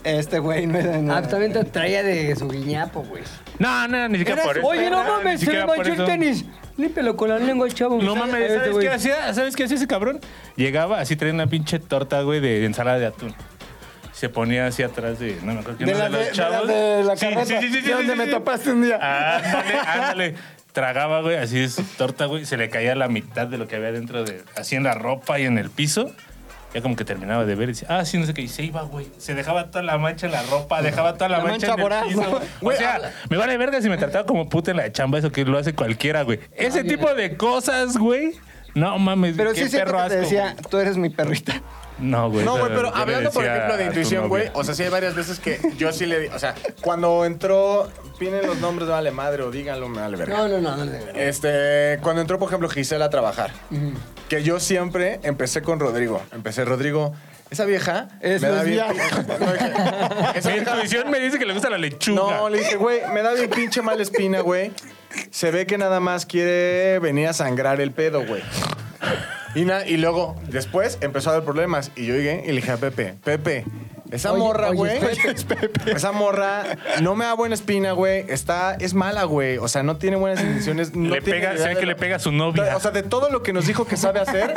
este güey no es...
Ah, también te traía de su guiñapo, güey.
No, no, ni siquiera por eso.
Oye, no
Ni
mames, se
siquiera
le
por
manchó el
eso.
tenis. Límpelo con la lengua, chavo.
No mames,
Este,
¿sabes
güey.
qué hacía? ¿Sabes qué hacía ese cabrón? Llegaba, así traía una pinche torta, güey, de ensalada de atún. Se ponía así atrás de, no me acuerdo quién
De
era
la
de
de,
los
de la
chavos.
de la
Sí,
carreta,
sí, sí, sí, sí,
de donde
sí, Ah,
me
sí.
topaste un día.
Ándale, ándale. Tragaba, güey, así es torta, güey. Se le caía la mitad de lo que había dentro de. Así en la ropa y en el piso. Ya como que terminaba de ver y decía, ah, sí, no sé qué. Y se iba, güey. Se dejaba toda la mancha en la ropa, dejaba toda la,
La mancha
mancha, en el
voraz,
piso,
¿no?
güey. O sea, me vale verga si me trataba como puta en la chamba, eso que lo hace cualquiera, güey. Ese tipo de cosas, güey. No mames,
Pero
qué
sí siento
perro
que te
asco,
decía,
güey.
tú eres mi perrita.
No, güey.
No, güey,
Pues, eh, yo
pero
le
hablando, por
decía
ejemplo, de
a tu
intuición, güey.
novia.
O sea, sí hay varias veces que yo sí le. di- O sea, cuando entró. Pinen los nombres, vale madre, o díganlo, me vale verga.
No, no, no, no. no.
Este. Cuando entró, por ejemplo, Gisela a trabajar. Que yo siempre empecé con Rodrigo. Empecé, Rodrigo. Esa vieja.
Es
bien.
lesbiana.
No, dije, esa
Mi
vieja-
intuición me dice que le gusta la lechuga.
No, le dije, güey, me da bien pinche mala espina, güey. Se ve que nada más quiere venir a sangrar el pedo, güey. Y, na- y luego, después, empezó a haber problemas. Y yo llegué y le dije a Pepe, Pepe, esa
Oye,
morra,
oye,
güey.
Pepe.
Esa morra no me da buena espina, güey. Está, es mala, güey. O sea, no tiene buenas intenciones. No
Le
tiene
pega-
idea
se ve
de
que
lo-
le pega a su novia.
O sea, de todo lo que nos dijo que sabe hacer,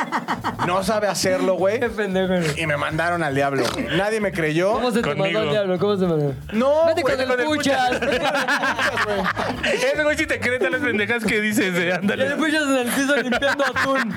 no sabe hacerlo, güey.
Qué pendejo, güey.
Y me mandaron al diablo, güey. Nadie me creyó.
¿Cómo se te
Conmigo.
mandó el diablo? ¿Cómo se mandó?
No,
Vete
güey,
con el
con el
puchas. Vete con
Ese güey Eh, si te cree todas las pendejas que dices, eh,
el
ándale.
puchas en el piso limpiando atún.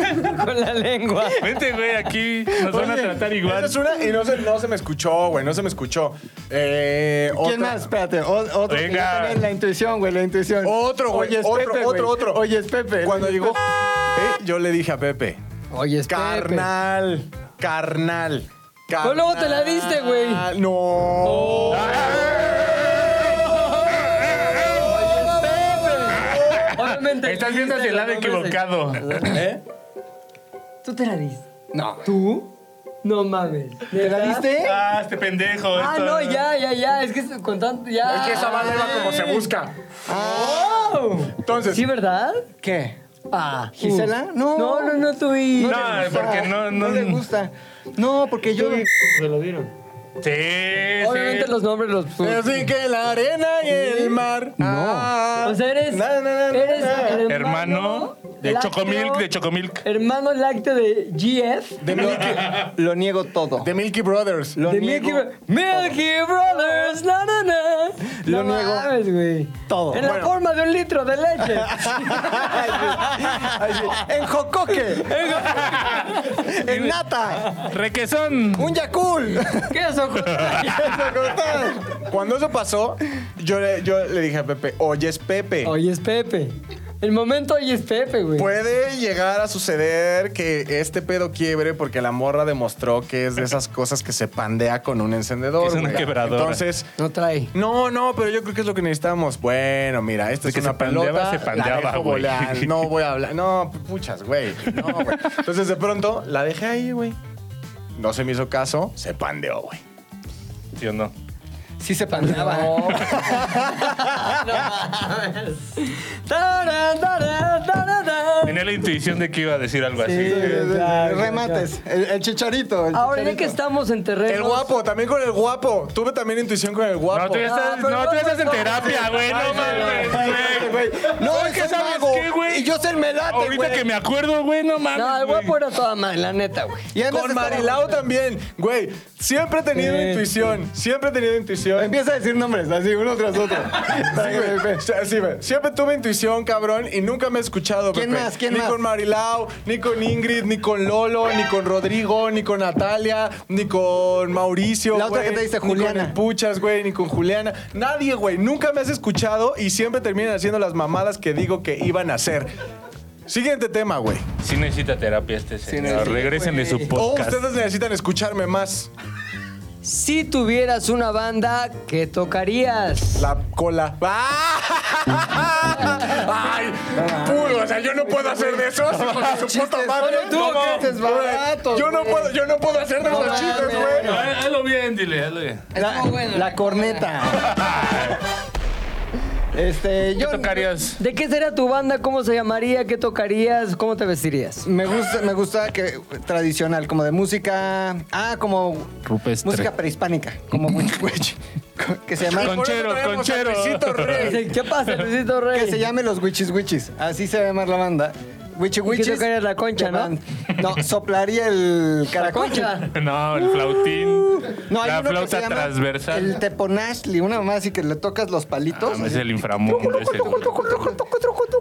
con la lengua.
Vente, güey, aquí nos van a
Oye,
tratar
esa
igual.
es una y no se, no se me escuchó, güey. No se me escuchó. Eh,
¿Quién
otra-
más? Espérate. o- otro. que
Venga.
yo también, La intuición, güey, la intuición.
Otro, güey.
Oye, es
Otro,
Pepe,
otro,
güey.
otro.
Oye, es Pepe.
Cuando
Oye, es
llegó,
Pepe.
eh, yo le dije a Pepe,
Oye, es
carnal, carnal, carnal.
luego te la diste, güey.
No.
Oh.
Obviamente.
Estás viendo hacia el lado equivocado.
¿Eh?
Tú te la diste.
No.
¿Tú? No mames.
¿Te la
¿Neta?
diste?
Ah, este pendejo.
Ah,
esto-
no, ya, ya, ya. Es que con tanto. Ya.
Es que esa bala iba como se busca.
¡Wow!
Entonces,
Oh. ¿Sí, verdad?
¿Qué?
Ah.
¿Gisela?
uh.
No.
No, no, no, tú y.
No.
le gusta,
porque no- no-
le gusta. No, porque yo.
Se lo dieron.
Sí,
Obviamente
sí.
los nombres los.
así que la arena y el mar. Ah, No.
O sea, Pues eres.
Na, na, na, na,
eres
na.
Hermano de
lácteo-
Chocomilk, de Chocomilk.
Hermano lácteo de GF.
De Milky,
Lo niego todo.
de Milky Brothers.
Lo
de
niego.
Milky, Milky Brothers. Na, na, na.
Lo
No
niego.
mames, güey.
Todo.
En la
Bueno.
forma de un litro de leche.
Ay, sí. en Jocoque. en Nata.
Requesón.
Un Yakul.
¿Qué es eso?
Cuando eso pasó, yo le, yo le dije a Pepe, oye, es Pepe.
Oye, es Pepe. El momento hoy es Pepe, güey.
Pues-
Puede llegar a suceder que este pedo quiebre porque la morra demostró que es de esas cosas que se pandea con un encendedor.
Es una
güey.
quebradora.
Entonces,
No trae.
no, no, pero yo creo que es lo que necesitamos. Bueno, mira, esto
De
es
que
una
se pandeaba,
pelota.
se
la
pandeaba,
dejo
güey.
volar, No voy a hablar. No, puchas, güey. No, güey. Entonces, de pronto, la dejé ahí, güey. No se me hizo caso, se pandeó, güey.
¿Sí o no?
Sí se pandeaba.
No. mames. Tarán, tarán, tarán, tarán.
Tenía la intuición de que iba a decir algo
Sí.
así.
claro,
Remates. El, el chicharito. el
Ahora ya
chicharito.
que estamos en terreno.
El guapo, también con el guapo. Tuve también intuición con el guapo.
No, tú ya
Ah,
estás,
pero
no, tú ya
no,
estás en
no.
terapia, güey. No mames, güey.
este Güey, No, es que
¿sabes qué, güey?
Y yo soy el melate,
Ahorita
güey.
que me acuerdo, güey, no mames.
No, el
güey.
guapo era toda madre, la neta, güey.
Y andas
Con
de-
Marilao también, güey. Siempre he tenido
Sí,
intuición. Siempre he tenido intuición.
Empieza a decir nombres, así, uno tras otro.
Sí, güey. Sí, güey. Siempre tuve intuición, cabrón, y nunca me he escuchado.
¿Quién
Pepe.
más? ¿Quién quién
ni
más?
con Marilau, ni con Ingrid, ni con Lolo, ni con Rodrigo, ni con Natalia, ni con Mauricio.
La otra
güey,
que te dice
Ni con el
Juliana.
Puchas, güey, ni con Juliana. Nadie, güey. Nunca me has escuchado y siempre terminan haciendo las mamadas que digo que iban a hacer. Siguiente tema, güey.
Sí necesita terapia este señor.
necesita,
Regresen de su
O
podcast.
ustedes necesitan escucharme más.
Si tuvieras una banda, ¿qué tocarías?
La cola. ¡Ah! ¡Ay! Puro, o sea, yo no puedo hacer de esos. hijo de su puta madre.
tú,
¿Cómo?
chistes baratos,
Yo no
güey.
puedo, yo no puedo hacer de
No
esos chistes,
mames.
güey.
Ah, Hazlo bien, dile, hazlo bien.
La, la corneta. este,
¿Qué
yo
tocarías?
¿De qué sería tu banda? ¿Cómo se llamaría? ¿Qué tocarías? ¿Cómo te vestirías?
me gusta, me gusta que tradicional, como de música, ah, como
Rupestre.
música prehispánica, como huichihuichi, que se llama
Por eso
Conchero,
traemos
conchero.
a Luisito Rey.
¿Qué pasa, Luisito Rey?
que se llame los huichis así se va a llamar la banda. Huichihuichis.
¿Y qué tocarías, la concha,
de
no?
band- No, soplaría el
La
caracol.
concha.
No, el flautín.
No, hay
la
uno que
flauta
se llama
transversal.
El teponashli, una mamá así que le tocas los palitos.
Ah, es
así.
el inframundo ese, güey.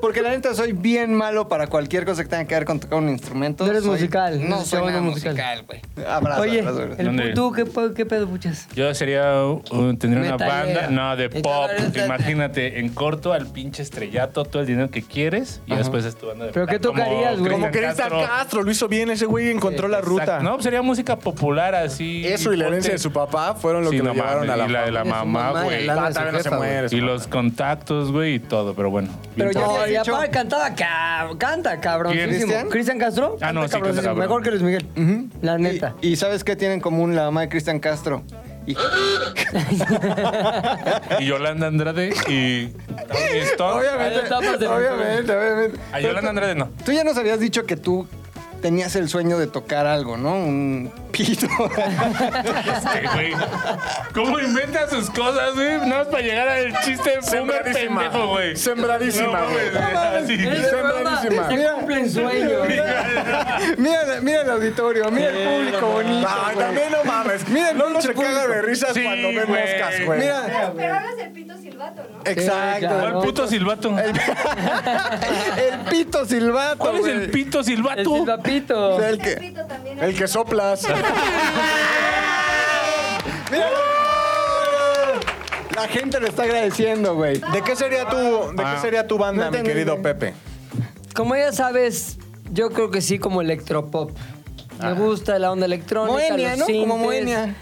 Porque la neta soy bien malo para cualquier cosa que tenga que ver con tocar un instrumento.
No eres
Soy-
musical,
No
no
soy
te
nada
vuelves musical.
musical, güey. Abrazo,
Oye,
abrazo, abrazo.
el
¿Dónde?
¿tú qué, pe- qué pedo puchas?
Yo sería un- tendría una
Metalera.
banda, no, de
Entonces,
pop.
ahorita-
Imagínate, en corto al pinche estrellato, todo el dinero que quieres y después es tu banda de
¿Pero qué
como
tocarías, güey?
Como
Cristian
Cristian
Castro.
Castro, lo hizo bien ese güey, encontró la ruta.
Exacto. No, sería música popular así.
Eso y la herencia de su papá fueron lo
Sí,
que lo
no
llevaron
mames,
a la,
y la de la
De su
mamá,
mamá y
güey.
la-
Y,
de su
también no se
jefa,
muere. su
los contactos, güey, y todo, pero bueno.
Pero
Bien
ya
No,
no,
habías
y
dicho-
aparte cantaba, ca- canta cabroncísimo.
¿Cristian?
¿Cristian Castro?
Ah, no, sí, canta
cabroncísimo,
cabrón.
Mejor que Luis Miguel. La neta.
Y, y ¿sabes qué tienen en común la mamá de Cristian Castro? Y-
Y Yolanda Andrade y Tony Stone.
Hay etapas pues, de-
obviamente, obviamente.
A Yolanda Andrade no.
Tú ya nos habías dicho que tú tenías el sueño de tocar algo, ¿no? Un pito.
Este, güey. ¿Cómo inventa sus cosas, güey? Nada más para llegar al chiste boomer
Sembradísima.
pendejo, güey.
Sembradísima,
No
güey.
mames, güey. Así.
En este programa Se
Mira.
cumplen sueños.
mira, la- mira el auditorio, mira el público bonito.
Ay,
güey.
también no mames.
Mira
Mira,
el
no se
pinche
caga
público.
de risas
Sí,
cuando ve
güey.
moscas, güey.
Mira,
Pero hablas del pito silbato, ¿no?
Sí,
exacto.
claro.
¿Cuál puto silbato?
El pito silbato.
¿Cuál es
güey.
el pito
El
silbato?
silbapito.
El
El
que.
pito también.
El que soplas.
Mira. La gente lo está agradeciendo, güey.
¿De qué sería tu, de
Ah.
qué sería tu banda,
No
mi
entendí
querido
bien.
Pepe?
Como ya sabes, yo creo que sí, como electropop. Me gusta la onda electrónica.
Ah. Moenia,
los
¿no? Como
sintes.
Moenia.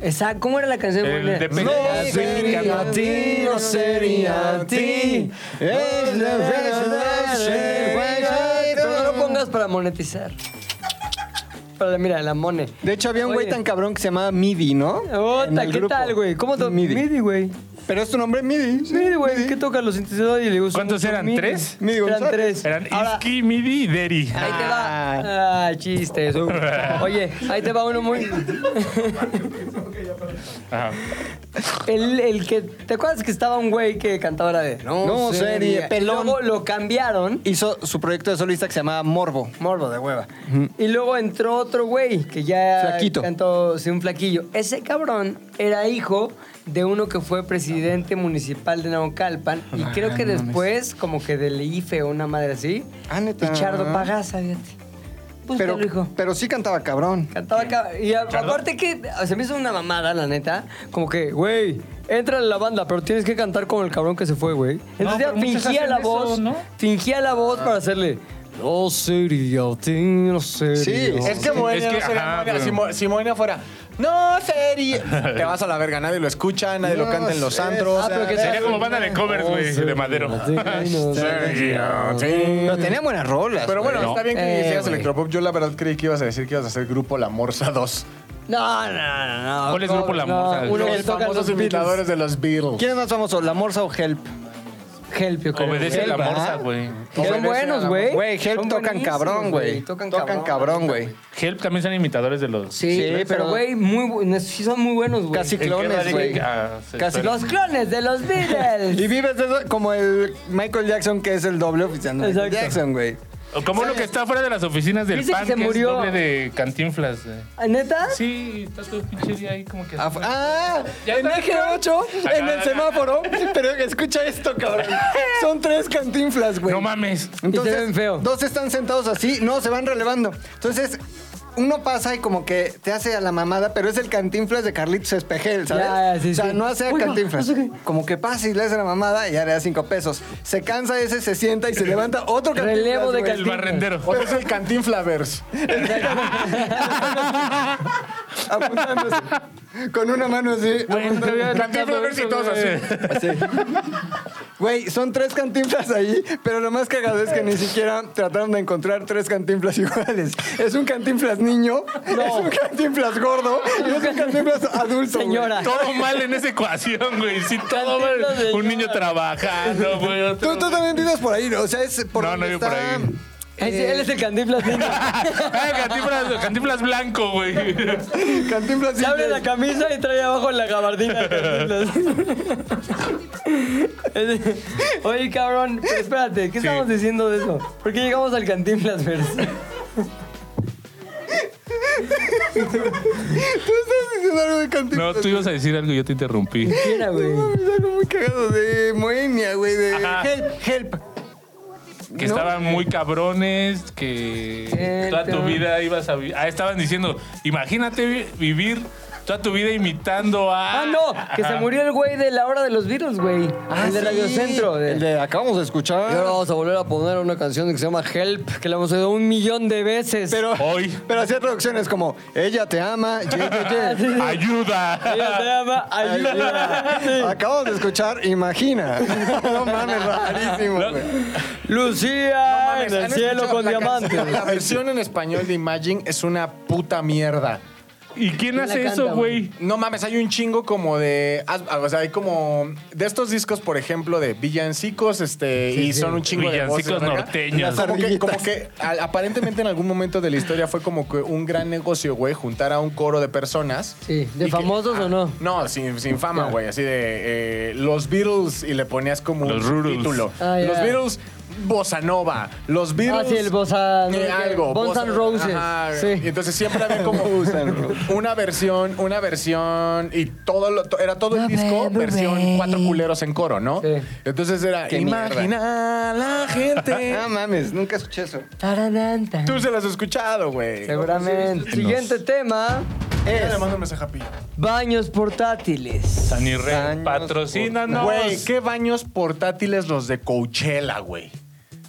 Exacto. ¿Cómo era la canción? de
El
Moenia?
de Pendeja
No
Sueña,
sería
¿no?
ti, no sería ti. Es la verdad,
Pero no lo pongas para monetizar. Para, mira, la mone.
De hecho, había un güey
Oye.
tan cabrón que se llamaba Midi, ¿no? En
Ota,
el
¿qué
grupo.
tal, güey? ¿Cómo te
Midi.
Midi, güey.
Pero es tu nombre Midi. sí.
Midi, güey. ¿Qué toca los sintetizadores? Y le gusta
¿Cuántos
mucho
eran?
Midi.
¿Tres?
Midi
Eran
González.
tres.
Eran
Ahora,
Iski, Midi y Deri.
Ahí te va. Ah, chistes. uh. Oye, ahí te va uno muy.
Ajá.
El, el que. ¿Te acuerdas que estaba un güey que cantaba la de.
No sería pelón.
Y luego lo cambiaron.
Hizo su proyecto de solista que se llamaba Morbo.
Morbo de hueva. Y luego entró otro güey que ya
Flaquito.
cantó sí, un flaquillo. Ese cabrón era hijo de uno que fue presidente municipal de Naucalpan y creo que
Ah, no mames.
después como que del IFE o una madre así.
Ah, neta.
Pichardo Pagasa, fíjate. Búscalo,
Pero,
hijo.
pero sí cantaba cabrón.
Cantaba acá. Y a- aparte que se me hizo una mamada, la neta. Como que, güey, entra en la banda, pero tienes que cantar como el cabrón que se fue, güey. Entonces ya
pero muchos
fingía
hacen
la
eso,
voz.
¿no?
Fingía la voz
Ah.
para hacerle. No sería, ti, no sería.
Sí,
Es que Moenia
Es que,
no sería
ajá,
Moenia.
pero-
Si, Mo- si Moenia fuera, no sería. Te vas a la verga, nadie lo escucha, nadie lo
No
canta en los
sé.
antros. eh,
Ah, pero que
Sería como banda de
Oh,
covers, güey, de madero.
pues,
Pero tenía buenas rolas.
Pero bueno,
No.
está bien que
Eh,
hicieras
güey.
electropop. Yo la verdad creí que ibas a decir que ibas a hacer grupo La Morsa 2.
No, no, no, no.
¿Cuál es Grupo La Morsa?
uno que
Los
toca los
famosos imitadores de los Beatles.
¿Quién es más famoso, La Morsa o Help?
Beatles. Help, yo creo.
Obedece la
Help, ¿ah?
morsa, güey.
Son
Obedece a
buenos,
la-
güey.
Güey, Help
Son
tocan
buenísimos,
cabrón, güey.
Tocan,
Tocan cabrón, güey.
Help también son imitadores de los.
Sí,
Sí, pero-
pero güey, muy bu- sí son muy buenos, güey.
Casi
¿En qué
clones,
radica-
güey.
Ah, sí,
Casi
pero-
Los clones de los Beatles.
Y vives de eso como el Michael Jackson, que es el doble oficial de Michael
Exacto.
Jackson, güey.
Como uno que está fuera de las oficinas del
Dice que
PAN,
se
que,
murió.
es doble de Cantinflas. güey.
¿Ah, ¿Neta?
Sí, está todo pinche día ahí como que...
Ah, fue- ah,
Ya
en
está,
eje 8,
Acá,
en el
acá.
semáforo. Pero escucha esto, cabrón. Son tres cantinflas, güey.
no mames.
Y se ven feo.
dos están sentados así, no, se van relevando. Entonces, uno pasa y como que te hace a la mamada, pero es el cantinflas de Carlitos Espejel, ¿sabes?
Ya, ya, sí,
o sea,
sí.
no hace a
Oiga,
cantinflas.
no sé qué.
Como que pasa y le hace la mamada y ya le da cinco pesos. Se cansa ese, se sienta y se levanta otro cantinflas.
Relevo de
güey.
El barrendero.
O sea, es el Cantinflavers.
apuntándose. Con una mano así.
Güey, nunca había notado
Cantinflavers y
eso,
todos
güey.
así.
Güey, son tres cantinflas ahí, pero lo más cagado es que ni siquiera trataron de encontrar tres cantinflas iguales. Es un cantinflas niño, es un cantinflas gordo y es un cantinflas adulto. güey.
Señora.
Todo mal en esa ecuación, güey. Sí, todo mal.
Cantinflas de
Un niño
llorar.
trabajando, güey.
Tú,
otro-
tú también vives por ahí, ¿no? O sea, es por
No,
donde
no vivo por
está-
ahí.
Ay, sí, Él es el cantinflas niño.
Ah, cantinflas, cantinflas blanco, güey.
Cantinflas
Se abre
niño.
la camisa y trae abajo la gabardina. el Cantinflas. Oye, cabrón, pero espérate, ¿qué estamos diciendo de eso? ¿Por qué llegamos al cantinflas verse?
Tú estás diciendo algo de
No,
cantinflas.
tú ibas a decir algo y yo te interrumpí.
¿Qué era, güey?
Es algo muy cagado de Moenia, güey, de...
Ajá.
Help, help.
Que
No.
estaban muy cabrones, que
Eh,
toda tu
no.
vida ibas a vivir. Ah, estaban diciendo, imagínate vi- vivir toda tu vida imitando a.
Ah, no, que se
Ajá.
murió el güey de la hora de los Beatles, güey. Ah, el de Radio Centro. de-
Ah, El de acabamos de escuchar.
Y ahora vamos a volver a poner una canción que se llama Help, que la hemos oído un millón de veces.
Pero,
Hoy.
pero hacía traducciones como Ella te ama, ye,
Ah,
ye, ye.
Ella se
Ayuda.
llama Ayuda. Sí.
Acabamos de escuchar Imagina. No mames, rarísimo, güey.
Lucía
Mames,
Ah, en
¿han
el cielo
escuchado
con
la
diamantes.
canción? La versión en español de Imagine es una puta mierda.
¿Y quién
la
hace
canta,
eso,
güey?
güey?
No mames, hay un chingo como de. haz- O sea, hay como. De estos discos, por ejemplo, de villancicos, este. y son un chingo de.
Villancicos
voces, ¿verdad?
norteños.
Como que,
Ardillitas.
como que a- aparentemente en algún momento de la historia fue como que un gran negocio, güey, juntar a un coro de personas.
Sí, ¿de
Y que- ah,
famosos o no?
No, sin, sin fama, güey. Así de eh, los Beatles y le ponías como
Los
un
Rurus.
título.
Ah, ya.
Los Beatles, Bossa Nova. Los Beatles.
Ah, sí, el Bossa-
eh, algo.
Guns
Bossa-
N' Roses,
Ajá,
sí.
Y entonces siempre había como una versión, una versión y todo lo- to- era todo el disco, versión cuatro culeros en coro, ¿no?
Sí.
Entonces era
Qué
imagina a la gente.
No mames, nunca escuché eso.
Tararanta.
Tú se las has escuchado, güey.
Seguramente. Siguiente tema,
Ya Le mando un mensaje a Pi.
baños portátiles.
San Irre,
Años
patrocínanos.
Güey, qué baños portátiles los de Coachella, güey.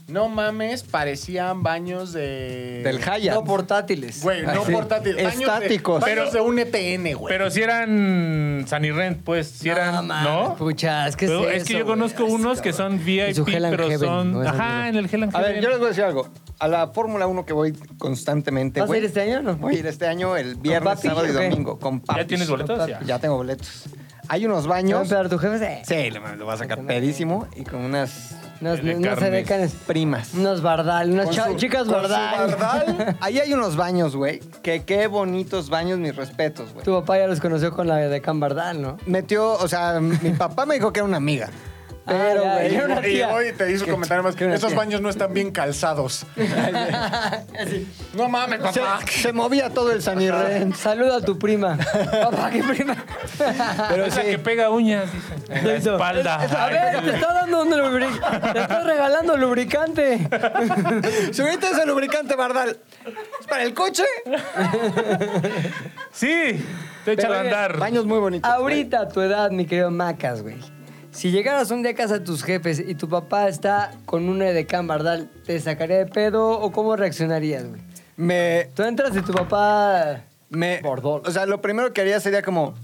No mames, parecían baños de.
Del Hyatt.
No portátiles.
Güey, no
Así.
portátiles. baños de-
Estáticos.
baños
Pero-
de un EPN, güey.
Pero si eran San Irren, pues, si eran,
mames,
¿no?
Pucha, es que
Pero
es,
es que
eso,
yo conozco
güey.
unos que son
En su
VIP,
Hell and
pero
Heaven,
son...
¿no? Es
Ajá, en
horrible.
el Hell and
A ver,
Heaven.
yo les voy a decir algo. A la Fórmula 1 que voy constantemente,
¿Vas a
güey.
ir este año o no?
Voy a ir este año el viernes,
papi,
sábado y
o qué?
domingo con papi.
¿Ya tienes boletos? Ya.
Ya tengo boletos. Hay unos
¿Te va a
baños.
empedar tu jefe? eh,
eh,
Sí, lo, lo vas a sacar pedísimo y con unas
Unos,
De
unos
carnes.
edecanes.
primas.
Unos bardal, unas
Con
cha-
su-
chicas
con su
bardal.
bardal.
Ahí hay unos baños, güey. Que qué bonitos baños, mis respetos, güey.
Tu papá ya los conoció con la de Can Bardal, ¿no?
Metió, o sea, mi papá me dijo que era una amiga. Pero,
Ah, ya,
güey.
era una
y
tía.
hoy te hizo comentario más
qué
que
una
esos
tía.
baños no están bien calzados. no mames,
Se,
papá.
se movía todo el San
Ah.
Irren.
Saluda Eh, a tu prima. Papá, ¿qué prima?
Pero
Es
sí.
la que pega uñas, dice. En la
Eso.
espalda.
A ver, este te está dando un lubricante. Te está regalando lubricante.
Subiste ese lubricante, Bardal. ¿Es para el coche?
Sí, te echan a
oye,
andar.
Baños muy bonitos.
Ahorita a tu edad, mi querido Macas, güey. Si llegaras un día a casa de tus jefes y tu papá está con una de Can Bardal, ¿te sacaría de pedo o cómo reaccionarías, güey?
Me.
Tú entras y tu papá...
Me.
Bordol.
O sea, lo primero que haría sería como.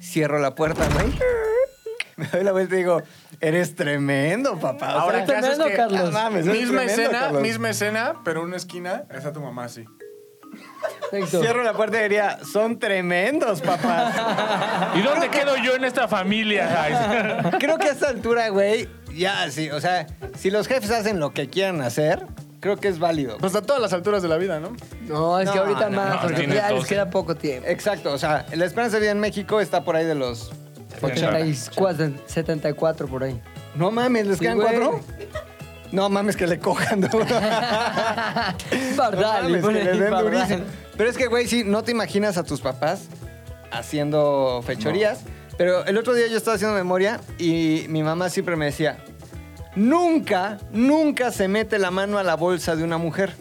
Cierro la puerta, güey. Me doy la vuelta y digo, eres tremendo, papá. O sea,
Ahora, ¿qué haces
tremendo,
que-
Carlos.
no mames, eres
misma
tremendo,
escena,
Carlos.
misma escena, pero en una esquina está tu mamá así.
Perfecto.
Cierro la puerta y diría, son tremendos, papás.
¿Y dónde quedo yo en esta familia?
creo que a esta altura, güey, ya sí. O sea, si los jefes hacen lo que quieran hacer, creo que es válido.
Pues a todas las alturas de la vida, ¿no?
No, es que
No,
ahorita
no,
más,
no,
porque
tienes
ya les
12.
queda poco tiempo.
Exacto, o sea, la esperanza de vida en México está por ahí de los 80.
84, 74 por ahí.
No mames, ¿les
Sí,
quedan
güey.
cuatro? No mames, que le cojan. ¿no? No
Pardal,
mames,
pone
que le
ahí
den
Pardal.
durísimo. Pero es que, güey, sí, no te imaginas a tus papás haciendo fechorías. Pero el otro día yo estaba haciendo memoria y mi mamá siempre me decía, nunca, nunca se mete la mano a la bolsa de una mujer.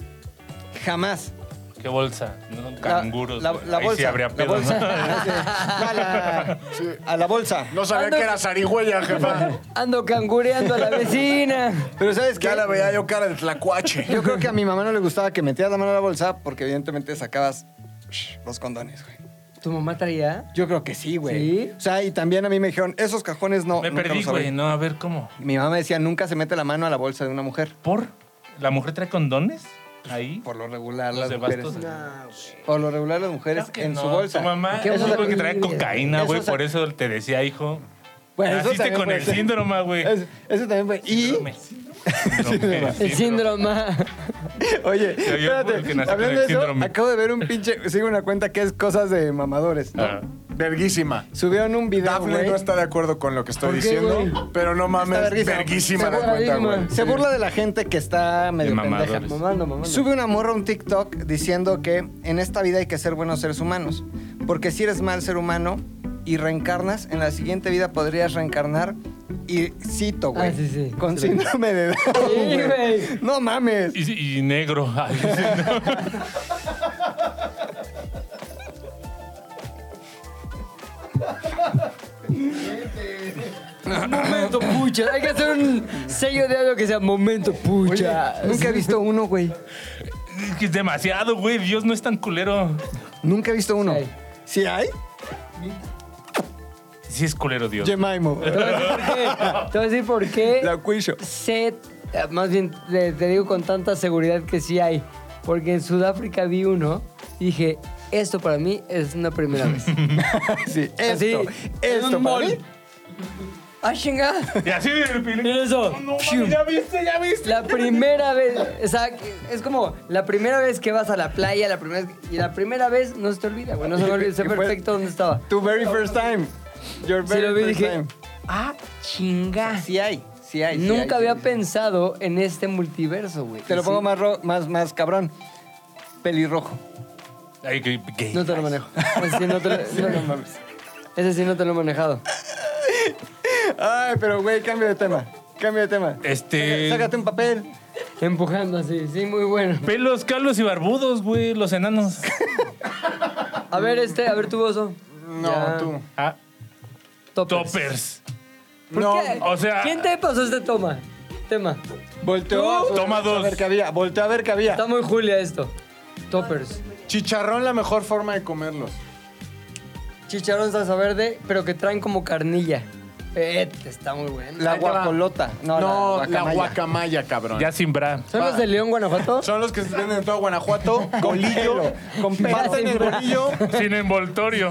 Jamás.
¿Qué bolsa? No son canguros.
La, la-
güey.
la
Ahí
bolsa.
sí habría
la
pedo, ¿no?
bolsa. A la- a la bolsa.
No sabía
Ando-
que era zarigüeya, jefa.
Ando cangureando a la vecina.
Pero ¿sabes qué?
Ya la veía yo cara de tlacuache.
Yo creo que a mi mamá no le gustaba que metías la mano a la bolsa porque evidentemente sacabas shh, los condones, güey.
¿Tu mamá traía?
Yo creo que sí, güey.
¿Sí?
O sea, y también a mí me dijeron, esos cajones no.
Me
nunca
perdí,
los abrí".
güey. No, a ver, ¿cómo?
Mi mamá me decía, nunca se mete la mano a la bolsa de una mujer.
¿Por? ¿La mujer trae condones? Ahí.
Por lo regular,
Los
las
de
mujeres.
bastos.
Ah, Por lo regular, las mujeres
Claro que
en
no,
su bolsa.
Tu mamá
Qué
es
bueno.
porque trae cocaína,
Eso
güey.
es-
Por eso te decía, hijo.
Bueno, eso
naciste
también
con
puede
el
ser.
síndrome, güey.
Eso, eso también fue. Y,
Síndrome, síndrome,
El síndrome.
oye,
yo porque nací con el
espérate, hablando de eso,
síndrome.
acabo de ver un pinche, sigo una cuenta que es cosas de mamadores. ¿no?
Ah.
Verguísima.
Subieron un video,
Dafne
güey.
no está de acuerdo con lo que estoy
¿Por qué,
diciendo,
güey?
pero no mames,
Está verguísima.
verguísima
Está
la cuenta,
verguísima.
güey.
Se burla de la gente que está medio
mamadores.
pendeja.
Mamando, mamando.
Sube una morra un TikTok diciendo que en esta vida hay que ser buenos seres humanos. Porque si eres mal ser humano y reencarnas, en la siguiente vida podrías reencarnar y cito, güey.
Ah, sí, sí.
Con
Sí,
síndrome de Down,
Sí,
güey.
güey.
No mames.
Y, y negro. Ay, sí, no.
Momento pucha. Hay que hacer un sello de algo que sea momento
Oye,
pucha.
nunca he visto uno, güey.
Es que es demasiado, güey. Dios no es tan culero.
Nunca he visto uno.
Sí hay.
¿Sí hay?
Sí es culero, Dios.
Jemaimo.
Te voy a decir por qué. Te voy a decir por qué.
La cuillo.
sé, eh, más bien te, te digo con tanta seguridad que sí hay, porque en Sudáfrica vi uno y dije, esto para mí es una primera vez.
Sí, esto.
Así, en
esto,
un
para
mall.
mí.
¡Ah, chinga!
Y así el pilín.
Mira eso.
No, no,
Fiu.
ya viste, ya viste.
La primera vez, o sea, es como la primera vez que vas a la playa, la primera vez- y la primera vez no se te olvida, güey, no se me olvida, sé
Y fue-
perfecto dónde estaba.
Tu very first time. Your
Sí
very
lo vi y
first
dije,
time.
¡ah, chinga!
Sí hay, sí hay. sí hay, sí
Nunca había
hay.
pensado en este multiverso, güey.
Te lo
Y
pongo
sí,
más, ro- más, más cabrón. Pelirrojo.
Ay, qué gay.
No te lo manejo. Ese sí no te lo- no, no. Ese sí no te lo he manejado.
Ay, pero güey, cambio de tema. Cambio de tema.
Este-
Saca- Sácate un papel.
Empujando así, sí, muy bueno.
Pelos, calos y barbudos, güey. Los enanos.
A ver, este, a ver tu oso.
No,
Ya.
tú.
Ah,
Toppers.
toppers.
¿Por
No,
qué?
o sea-
¿Quién te pasó este toma? Tema.
Volteó.
Tú. Toma
A
dos.
ver qué había. Volteó a ver qué había.
Está muy Julia esto. Toppers.
Chicharrón la mejor forma de comerlos.
Chicharrón salsa verde, pero que traen como carnilla. Eh, está muy bueno.
La
Ahí te va.
guacolota. No,
No,
la
la,
guacamaya.
guacamaya, cabrón.
Ya sin bra.
¿Son los de León, Guanajuato?
Son los que se venden en todo Guanajuato. Golillo.
Con pelo.
Parten el golillo.
Sin envoltorio.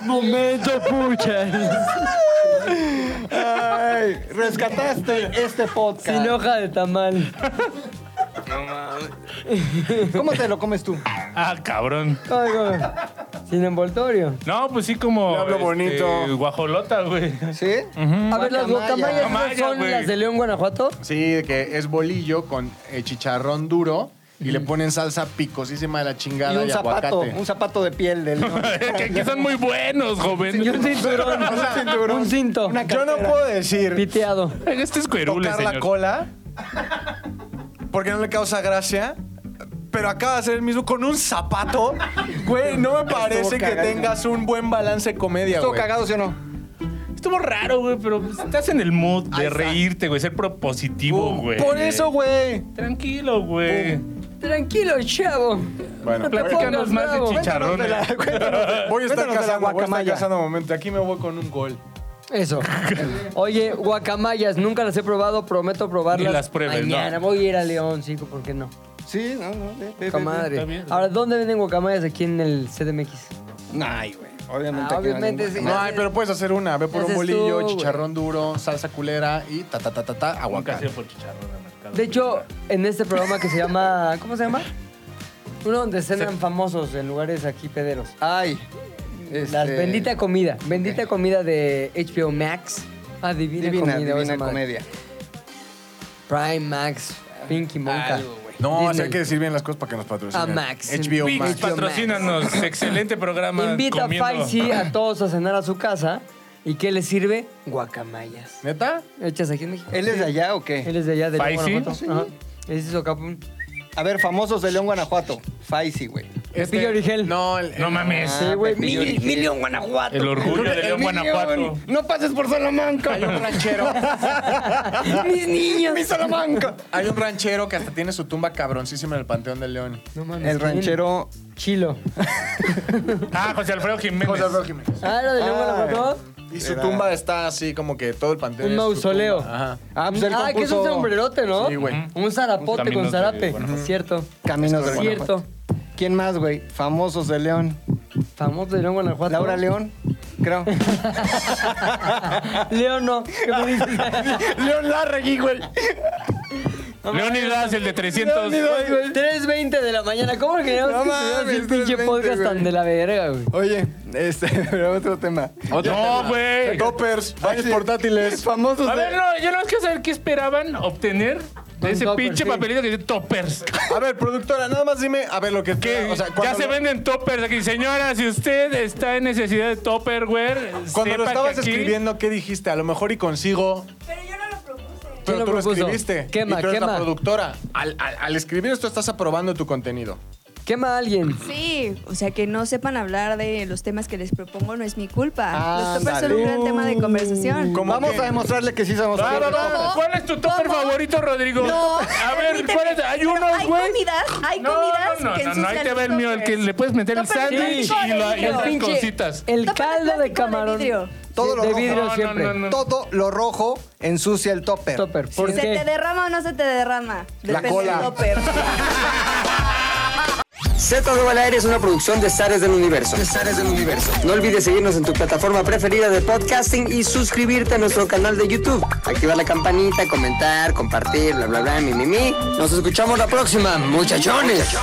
Momento, pucha.
Ay, rescataste este podcast.
Sin hoja de tamal.
¿Cómo te lo comes tú?
Ah, cabrón.
Ay, güey. Sin envoltorio.
No, pues sí, como.
Le hablo bonito.
Guajolota, güey.
¿Sí?
A ver, las guacamayas
Guacamaya.
¿no son
Mm. Guacamaya, güey.
las de León, Guanajuato.
Sí, de que es bolillo con eh, chicharrón duro y le ponen salsa picosísima de la
Y
chingada y,
un zapato.
aguacate.
Un zapato de piel del.
que aquí son muy buenos, joven.
Y un cinturón. Un cinto.
Yo no puedo decir
Piteado.
Este es cuerule,
tocar la
señor.
cola porque no le causa gracia. Pero acaba de hacer el mismo con un zapato. Güey, no me parece que
cagadísimo.
tengas un buen balance de comedia,
¿Estuvo
güey.
cagado, sí o no?
Estuvo raro, güey, pero pues, estás en el mood
Ahí está.
de
Uh,
reírte, güey, ser propositivo,
Pum,
güey.
Por eso, güey.
Tranquilo, güey.
Tranquilo, chavo.
Bueno,
Pongas
Platícanos más de
bravo. ¿eh?
chicharrón.
Cuéntanos de la- cuéntanos-
voy a estar
cuéntanos de
casando,
la
voy a estar
guacamaya.
casando un momento. Aquí me voy con un gol.
Eso. Oye, guacamayas, nunca las he probado, prometo probarlas.
Ni las pruebes,
Mañana
¿no?
voy a ir a León, sí, ¿por qué no?
Sí, no, no. ve, ve, ve, ve.
Comadre.
está bien.
Ahora, ¿dónde venden guacamayas aquí en el CDMX?
Ay, güey. Obviamente.
Ah,
aquí no hay
obviamente
ningún-
sí.
No, ay, pero puedes hacer una. Ve por un
Haces tú,
bolillo,
güey.
chicharrón duro, salsa culera y ta ta ta ta ta
Nunca ha sido
aguacate.
por chicharrón al mercado.
De hecho, en este programa que se llama. ¿Cómo se llama? Uno donde cenan famosos en lugares aquí pederos.
Ay. este-
La bendita comida. Bendita comida de HBO Max. Ah, Divina,
Divina,
Comedia.
divina
esa madre.
comedia.
Prime Max, Pinky Monka.
Algo, güey.
No, o sea,
Disney.
hay que decir bien las cosas para que nos patrocinen.
A Max.
HBO
Big
Max.
Pix, patrocínanos. Excelente programa.
Invita
comiendo.
a Faisy a todos a cenar a su casa. ¿Y qué le sirve? Guacamayas.
¿Neta?
Hechas aquí en México.
¿Él es de allá o
Él
qué?
es de allá, de León,
¿Faisy?
Guanajuato.
Sí.
Ajá. Ese es Ocapun.
A ver, famosos de León, Guanajuato. Faisy, güey.
Pepillo Origel.
Este, No, el-
No mames.
Sí, güey.
Ah, Pepillo
Mil-
Origel.
Milión Guanajuato.
El orgullo de León,
El
Guanajuato.
Minion. No pases por Salamanca.
Hay un ranchero.
Mis niños.
Mi Salamanca.
hay un ranchero que hasta tiene su tumba cabroncísima en el Panteón del León.
No mames,
El
¿quién?
ranchero.
Chilo.
Ah, José Alfredo Jiménez.
Ah, lo de León
Ah.
Guanajuato.
Y su tumba está así como que todo el panteón.
Un
es su
mausoleo.
tumba. Ajá.
Ah, pues él
Ah, que es un
compuso
sombrerote, ¿no?
Sí, güey.
Un zarapote
Caminos
con
de
zarape.
Guanajuato.
Cierto.
Caminos de
Cierto.
Guanajuato. ¿Quién más, güey? Famosos de León.
Famoso de León Guanajuato.
Laura León, creo.
León no. ¿Qué me dices?
León Larregui, güey.
Leonidas, el de 300.
3.20 de la mañana. ¿Cómo queríamos
No
que estuvieras
mames,
el pinche
3:20,
podcast tan
güey.
de la verga, güey?
Oye, este, pero otro tema.
No, güey.
Toppers, baños portátiles.
Famosos
A
de...
ver, no, yo no quiero saber qué esperaban obtener de
Un
ese
topper,
pinche
sí.
papelito que dice toppers.
A ver, productora, nada más dime, a ver lo que.
Que
O sea,
ya
cuando
se
lo-
venden toppers aquí. Señora, si usted está en necesidad de topperware,
Cuando
sepa
lo
que
estabas
aquí-
escribiendo, ¿qué dijiste? A lo mejor y consigo.
Pero yo no lo propuse.
Pero
lo
tú lo
propuso?
escribiste.
Quema,
y tú eres la
quema.
productora. Al, al- al escribir esto estás aprobando tu contenido.
Quema a alguien.
Sí, o sea que no sepan hablar de los temas que les propongo no es mi culpa. los toppers son
Ándale.
un gran tema de conversación.
¿Cómo
Vamos
que?
a demostrarle que sí somos...
Va, va, va.
¿Cómo?
¿Cuál es tu topper
¿Cómo?
favorito, Rodrigo?
No,
a ver,
permíteme.
¿cuál es? Hay
Pero
unos,
Hay
güey.
comidas, hay
No,
comidas
no, no,
que
no,
ensucian
ahí te
los
va el mío, el que
toppers.
le puedes meter el
Toppers
sándwich
blanco
y,
de
lo- y
vidrio.
otras
Pinche-
cositas.
El
Toppers
caldo de
plástico de
camarón.
vidrio.
Todo lo
de
rojo.
vidrio
No, no,
siempre.
no, no.
Todo lo rojo ensucia el topper.
Topper. ¿Por
¿Se te
qué?
derrama o no se te derrama?
La
Depende
cola.
del topper.
Z de al aire es una producción de Zares del Universo. del Universo. No olvides seguirnos en tu plataforma preferida de podcasting y suscribirte a nuestro canal de YouTube. Activar la campanita, comentar, compartir, bla bla bla, mi mi mi. Nos escuchamos la próxima, muchachones.